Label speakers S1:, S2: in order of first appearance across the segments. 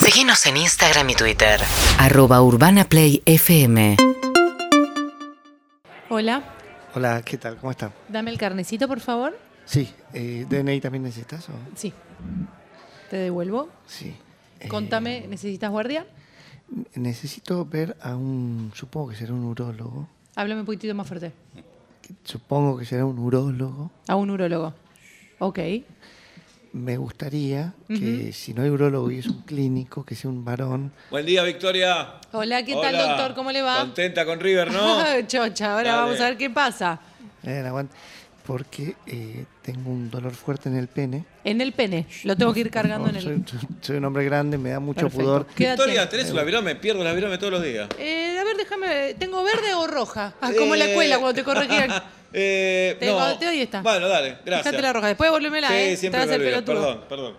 S1: Seguinos en Instagram y Twitter.
S2: arroba urbanaplayfm
S3: Hola,
S4: Hola, ¿qué tal? ¿Cómo están?
S3: dame el carnecito, por favor.
S4: Sí, eh, ¿DNI también necesitas? O?
S3: Sí. Te devuelvo.
S4: Sí. eh,
S3: Contame, ¿necesitas guardia?
S4: necesito ver a un, supongo que será un urólogo.
S3: Háblame un poquitito más fuerte.
S4: que- Supongo que será un urólogo.
S3: A un urólogo. Ok.
S4: Me gustaría que si no hay urólogo y es un clínico, que sea un varón.
S5: Buen día, Victoria.
S3: Hola, ¿qué tal, doctor? ¿Cómo le va?
S5: Contenta con River, ¿no?
S3: Chocha, ahora
S5: Dale.
S3: vamos a ver qué pasa.
S4: eh, la guan- porque eh, tengo un dolor fuerte en el pene.
S3: En el pene. Lo tengo que ir cargando
S4: No,
S3: en el.
S4: soy, soy- soy un hombre grande, me da mucho
S3: Perfecto.
S4: pudor.
S3: ¿Qué edad
S5: Victoria,
S3: tiene?
S5: ¿tenés un virome? Pierdo la virome todos los días.
S3: Eh, a ver, déjame. ¿Tengo verde o roja? Ah, como la
S5: Eh,
S3: escuela cuando te corregían.
S5: eh,
S3: Te
S5: no.
S3: boteo y está.
S5: Bueno, dale, gracias.
S3: Dejate la roja. Después volvémela,
S5: Sí,
S3: ¿eh?
S5: siempre
S3: Te vas
S5: me
S3: a hacer
S5: olvido.
S3: pelotudo.
S5: Perdón, perdón.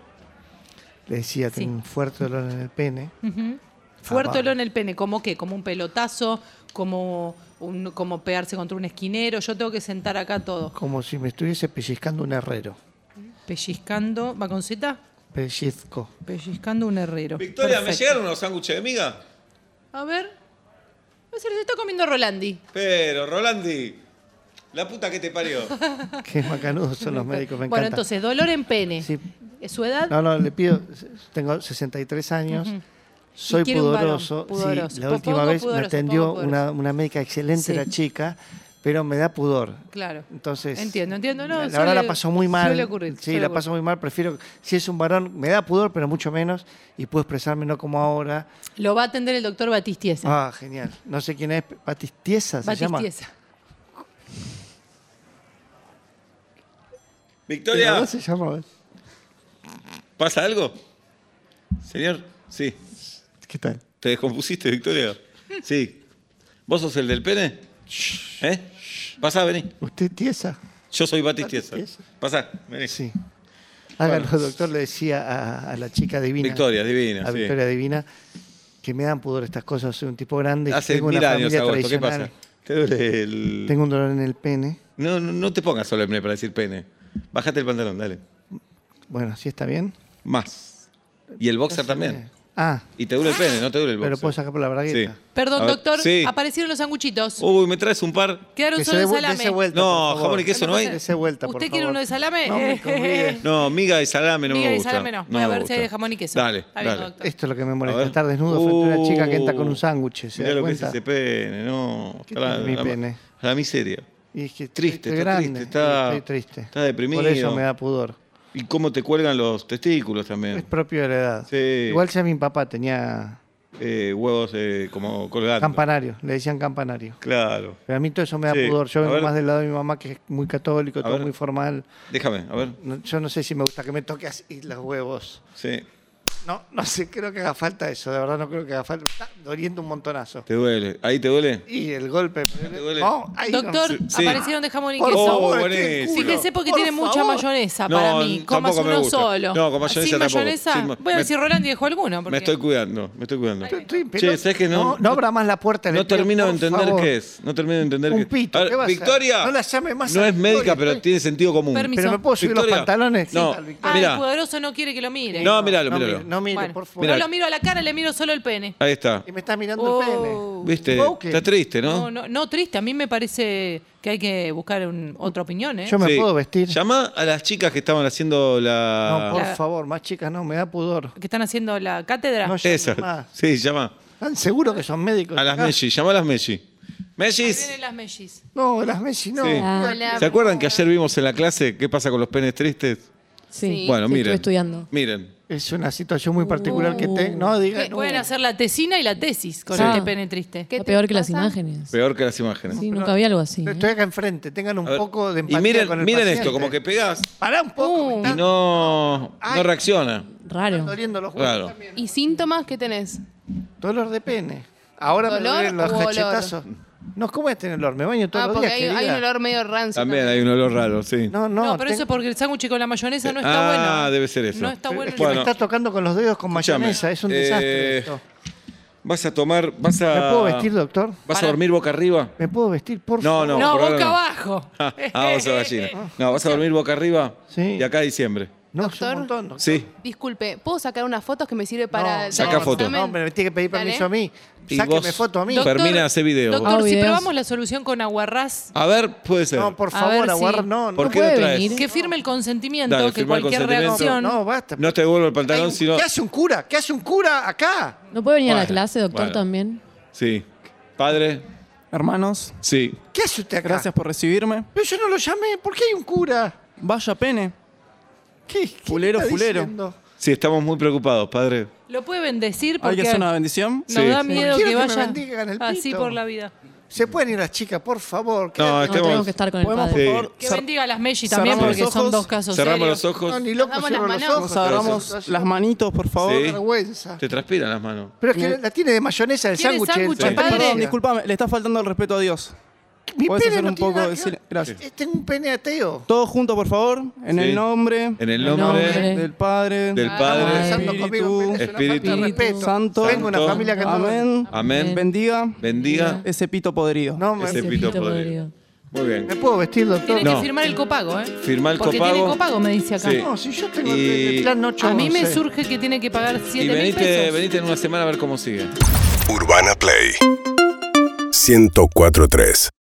S4: Le decía, tengo
S3: Sí.
S4: un fuerte dolor en el pene.
S3: Fuértelo en el pene, ¿como qué? ¿Como un pelotazo? ¿Como un, como pegarse contra un esquinero? Yo tengo que sentar acá todo.
S4: Como si me estuviese pellizcando un herrero.
S3: Pellizcando, ¿va con Z?
S4: Pellizco.
S3: Pellizcando un herrero.
S5: Victoria, ¿me
S3: Perfecto.
S5: llegaron unos sándwiches de miga?
S3: A ver. No se los está comiendo Rolandi.
S5: Pero, Rolandi, la puta que te parió.
S4: Qué macanudos son los médicos, me encanta.
S3: Bueno, entonces, dolor en pene.
S4: Sí.
S3: ¿Es ¿Su edad?
S4: No, no, le pido, tengo 63 años, soy
S3: Y quiere un varón,
S4: pudoroso. sí,
S3: pudoroso.
S4: la
S3: Po-
S4: última
S3: poco
S4: vez me
S3: pudoroso,
S4: atendió
S3: poco
S4: una, una médica excelente,
S3: Sí.
S4: la chica, pero me da pudor.
S3: Claro.
S4: Entonces,
S3: Entiendo, entiendo, no,
S4: la
S3: suele-
S4: verdad la paso muy mal.
S3: suele ocurrir,
S4: sí,
S3: suele
S4: la
S3: ocurrir.
S4: paso muy mal. Prefiero, si es un varón, me da pudor, pero mucho menos. Y puedo expresarme no como ahora.
S3: Lo va a atender el doctor Batistiesa.
S4: Ah, genial. No sé quién es. Batistiesa se llama.
S3: Batistiesa.
S4: ¿De
S5: Victoria,
S4: verdad se llama?
S5: ¿pasa algo? Señor, sí.
S4: ¿Qué tal?
S5: ¿Te descompusiste, Victoria? Sí. ¿Vos sos el del pene? ¿Eh? Pasá, vení.
S4: ¿Usted tiesa?
S5: Yo soy Batistiesa.
S4: Batistiesa.
S5: Pasá, vení.
S4: Sí. Hágalo, doctor, le decía a, a la chica divina.
S5: Victoria, divina.
S4: a
S5: sí.
S4: Victoria Divina, que me dan pudor estas cosas. Soy un tipo grande,
S5: Hace
S4: tengo
S5: mil
S4: una
S5: años,
S4: familia
S5: Agosto, ¿qué
S4: tradicional.
S5: pasa? Te duele el...
S4: Tengo un dolor en el pene.
S5: No, no, no te pongas solemne para decir pene. Bájate el pantalón, dale.
S4: Bueno, ¿sí está bien?
S5: Más. Y el boxer también.
S4: Ah,
S5: Y te duele el pene, no te duele el boxer.
S4: pero puedo sacar por la bragueta.
S5: Sí. A
S3: Perdón,
S5: ver,
S3: doctor.
S5: sí. Uh.
S3: Aparecieron los sanguchitos.
S5: Uy, ¿me traes un par?
S3: Quedaron
S4: Que se
S3: solo
S4: dé
S3: en
S4: vu-
S3: salame.
S4: dese vuelta,
S5: No,
S4: por favor.
S5: jamón y queso no hay.
S4: Dese vuelta, por
S3: ¿Usted quiere
S4: favor.
S3: uno de salame?
S4: No, me conviene.
S5: No, miga de salame no
S3: Eh. Miga
S5: me
S3: de
S5: gusta.
S3: salame no. Voy
S5: me
S3: a ver si hay
S5: gusta.
S3: de jamón y queso.
S5: Dale,
S3: Está bien,
S5: dale.
S3: doctor.
S4: Esto es lo que me
S5: A
S4: molesta,
S5: ver.
S4: estar desnudo frente a una chica que entra con un
S5: Uh,
S4: sándwich. ¿se da
S5: Mirá lo que es
S4: cuenta?
S5: ese pene, no.
S4: ¿Qué
S5: Está
S4: tiene mi pene?
S5: La, miseria.
S4: Y es que
S5: Triste,
S4: estoy
S5: está
S4: grande,
S5: triste, está-
S4: estoy triste.
S5: está deprimido.
S4: Por eso me da pudor.
S5: Y cómo te cuelgan los testículos
S4: Es
S5: también.
S4: propio de la edad.
S5: Sí.
S4: Igual ya mi papá tenía
S5: Eh, huevos eh, como colgando.
S4: campanario, le decían campanario.
S5: Claro.
S4: Pero a mí todo eso me da
S5: Sí,
S4: pudor. Yo
S5: a
S4: vengo
S5: ver.
S4: más del lado de mi mamá, que es muy católico, todo
S5: ver.
S4: muy formal.
S5: Déjame, a ver.
S4: No- yo no sé si me gusta que me toque así los huevos.
S5: Sí.
S4: No, no sé, creo que haga falta eso. De verdad, no creo que haga falta. Está doliendo un montonazo.
S5: ¿Te duele? ¿Ahí te duele?
S4: Y el golpe. me
S5: duele?
S4: No, ahí no-
S3: Doctor,
S5: Sí.
S3: aparecieron de jamón y
S4: Por
S3: queso.
S4: favor,
S5: Oh,
S4: estoy en
S5: buenísimo.
S4: culo.
S3: Fíjese porque
S4: Por
S3: tiene mucha
S4: favor.
S3: mayonesa
S5: No,
S3: para mí. Comas
S5: tampoco me
S3: uno
S5: gusta.
S3: solo.
S5: No, con mayonesa
S3: Sin
S5: tampoco.
S3: mayonesa.
S5: Sin ma-
S3: Voy a ver
S5: me-
S3: si Rolandi dejó alguno. porque-
S5: Me estoy cuidando, me estoy cuidando.
S4: Estoy- estoy en
S5: Che,
S4: pelota.
S5: ¿sabes que no?
S4: No, no abra más la puerta, le
S5: No
S4: pido,
S5: termino de
S4: por
S5: entender
S4: favor.
S5: qué es. No termino de entender
S4: Un
S5: qué es.
S4: pito,
S5: A ver,
S4: ¿qué vas a hacer?
S5: Victoria.
S4: No la llame más
S5: No
S4: a
S5: es médica,
S4: Victoria,
S5: pero
S4: estoy-
S5: tiene sentido común.
S3: Permiso.
S4: Pero me puedo subir los
S5: Victoria.
S4: pantalones.
S5: No.
S4: Sí, tal, Victoria.
S3: Ah,
S5: Mirá.
S3: el poderoso no quiere que lo mire.
S5: No, míralo,
S4: no,
S5: míralo.
S4: mire, no mire,
S3: Bueno,
S4: por favor.
S5: Mirá.
S3: No lo miro a la cara, le miro solo el pene.
S5: Ahí está.
S4: Y me está mirando el
S3: Oh.
S4: pene.
S5: ¿Viste?
S4: Vos que-
S5: Está triste,
S3: No,
S5: ¿no?
S3: no, no, triste. A mí me parece que hay que buscar un- otra opinión. ¿eh?
S4: Yo me
S5: Sí.
S4: puedo vestir.
S5: Llamá a las chicas que estaban haciendo
S4: No,
S5: la.
S4: por
S3: La-
S4: favor, más chicas, no, me da pudor.
S3: Que están haciendo la cátedra.
S4: No, llame
S5: Esa.
S4: más.
S5: Sí, llama.
S4: ¿Están seguros que son médicos?
S5: A las
S4: acá?
S5: Messi. Llamá a las Messi.
S3: Ahí
S5: Messi.
S3: vienen las mellis.
S4: No, las Messi no.
S5: Sí.
S6: Ah,
S7: Hola.
S5: ¿Se acuerdan que ayer vimos en la clase qué pasa con los penes tristes?
S7: Sí,
S5: Bueno,
S7: sí,
S5: miren.
S7: Estuve estudiando.
S5: Miren.
S4: Es una situación muy particular que te.
S6: Uh.
S4: No, diga. no.
S3: Pueden hacer la tesina y la tesis con
S7: Sí.
S3: este pene triste.
S7: Está
S3: ¿Qué
S7: peor que las imágenes.
S5: Peor que las imágenes.
S7: Sí, nunca había algo así.
S4: Estoy
S7: ¿eh?
S4: acá enfrente, tengan un
S5: A ver,
S4: poco de
S5: y
S4: empatía.
S5: miren,
S4: con el
S5: miren
S4: paciente. Ah.
S5: esto, como que pegás
S4: Pará un poco, me
S7: Uh.
S5: y
S4: están
S5: no, no
S4: Ay.
S5: reacciona.
S7: Raro.
S4: doliendo los huevos.
S5: Claro.
S4: también.
S6: ¿Y síntomas que tenés?
S4: Dolor de pene. Ahora me
S6: ¿Dolor
S4: duelen los
S6: u olor?
S4: cachetazos. No, ¿cómo es tener olor? Me baño todos
S6: Ah,
S4: los
S6: porque
S4: días.
S6: hay,
S4: querida.
S6: hay un olor medio rancio.
S5: También hay un olor raro, sí.
S4: No, no.
S3: No, pero eso
S4: tengo-
S3: es porque el sándwich con la mayonesa no está
S5: ah,
S3: bueno.
S5: debe ser eso.
S3: No está bueno.
S4: es que
S5: Bueno.
S4: me está tocando con los dedos con
S5: Escuchame,
S4: mayonesa. Es un
S5: eh,
S4: desastre esto.
S5: Vas a tomar, vas a.
S4: ¿Me puedo vestir, doctor?
S5: ¿Vas a dormir boca arriba?
S4: ¿Me puedo vestir, por
S5: No,
S4: favor?
S5: no.
S3: No,
S5: por ahora
S3: boca
S5: no.
S3: abajo.
S5: Ah, vamos a gallina. No, vas a dormir boca arriba
S4: Sí.
S5: de acá a diciembre.
S4: No, es
S6: Doctor.
S4: un montón. doctor.
S5: Sí.
S6: Disculpe, ¿puedo sacar unas fotos que me sirve para.
S4: No,
S5: Saca
S4: no,
S6: el
S5: foto.
S4: No,
S6: examen?
S4: me tiene que pedir permiso
S6: Dale.
S4: a mí.
S5: Y
S4: Sáqueme
S5: vos-
S4: foto a mí.
S5: Doc- Fermina, hace video, vos.
S3: Doctor,
S7: Hago
S3: si
S7: Ah, videos.
S3: probamos la solución con aguarrás,
S5: A ver, puede ser.
S4: No, por
S3: A
S4: favor,
S3: ver,
S4: aguarda,
S3: sí.
S4: no. no.
S5: ¿Por qué
S7: puede
S5: lo traes?
S7: venir.
S3: que firme el consentimiento,
S5: Dale,
S3: que
S5: firma el
S3: cualquier
S5: consentimiento.
S3: reacción.
S4: No, basta.
S5: No te devuelvo el
S4: Hay un-
S5: pantalón, sino.
S4: ¿Qué hace un cura? ¿Qué hace un cura acá?
S7: ¿No puede venir a la
S5: Bueno,
S7: clase, doctor,
S5: bueno.
S7: también?
S5: Sí. Padre,
S8: Hermanos,
S5: sí.
S4: ¿Qué hace usted acá?
S8: gracias por recibirme.
S4: Pero yo no lo llamé. ¿Por qué hay un cura?
S8: Vaya pene.
S4: ¿Qué? qué
S8: Fulero,
S4: está
S8: fulero.
S4: diciendo?
S5: Sí, estamos muy preocupados, padre.
S3: Lo puede bendecir
S8: ¿Hay que
S3: porque
S8: hacer una bendición?
S3: nos
S5: Sí.
S3: da miedo
S4: Quiero que
S3: que
S4: me
S3: vaya
S4: bendigan el
S3: así
S4: pito.
S3: por la vida.
S4: ¿Se pueden ir las chicas, por favor? que-
S5: No,
S7: No, tenemos
S5: estemos.
S7: que estar con el
S8: ¿Podemos, por
S7: padre.
S8: favor,
S3: Que
S8: cer-
S3: bendiga a las Messi también
S8: cerramos
S3: porque
S8: los
S3: son
S8: ojos,
S3: dos casos
S5: Cerramos
S3: serios.
S5: los ojos.
S4: No, ni loco,
S6: Nos damos
S4: cierro
S6: las
S4: los
S6: manos.
S4: ojos.
S8: Nos agarramos
S4: Pero-
S8: las manitos, por favor.
S5: Sí.
S4: Qué vergüenza.
S5: Te transpiran las manos.
S4: Pero es que la tiene de mayonesa el
S3: ¿Quiere
S4: sándwich.
S3: sándwich,
S4: el-
S3: padre?
S8: Perdón, discúlpame, le está faltando el respeto a Dios.
S4: Mi
S8: Podés
S4: pene
S8: hacer
S4: no
S8: un
S4: tiene
S8: poco
S4: nada
S8: de
S4: que
S8: sil-
S4: ver.
S8: Gracias.
S4: Eh, Tengo un pene ateo.
S8: Todos juntos, por favor, en
S5: Sí.
S8: el nombre
S5: En el
S7: el
S5: nombre
S7: nombre.
S8: del Padre,
S5: del Padre.
S7: Padre.
S4: Rezando conmigo, me merece
S8: Espíritu,
S4: una falta de
S5: Espíritu
S4: respeto.
S8: Santo.
S4: Vengo de una
S5: Santo.
S4: familia que no-
S8: Amén.
S5: Amén.
S8: Bendiga
S5: Bendiga
S8: ese pito podrido.
S4: No, me,
S5: ese
S7: Ese
S5: pito
S7: pito podrido.
S5: podrido. Muy bien.
S4: ¿Me puedo vestir, doctor?
S3: Tiene
S5: No.
S3: que firmar el copago, ¿eh?
S5: Firmá el
S3: porque
S5: copago.
S3: tiene copago, me dice acá.
S5: Sí.
S4: No, si yo tengo
S5: Y-
S4: el plan 8
S3: A mí me surge que tiene que pagar 7
S5: Y
S3: mil
S5: venite,
S3: pesos.
S5: venite en una semana a ver cómo sigue.
S9: Urbana Play 1043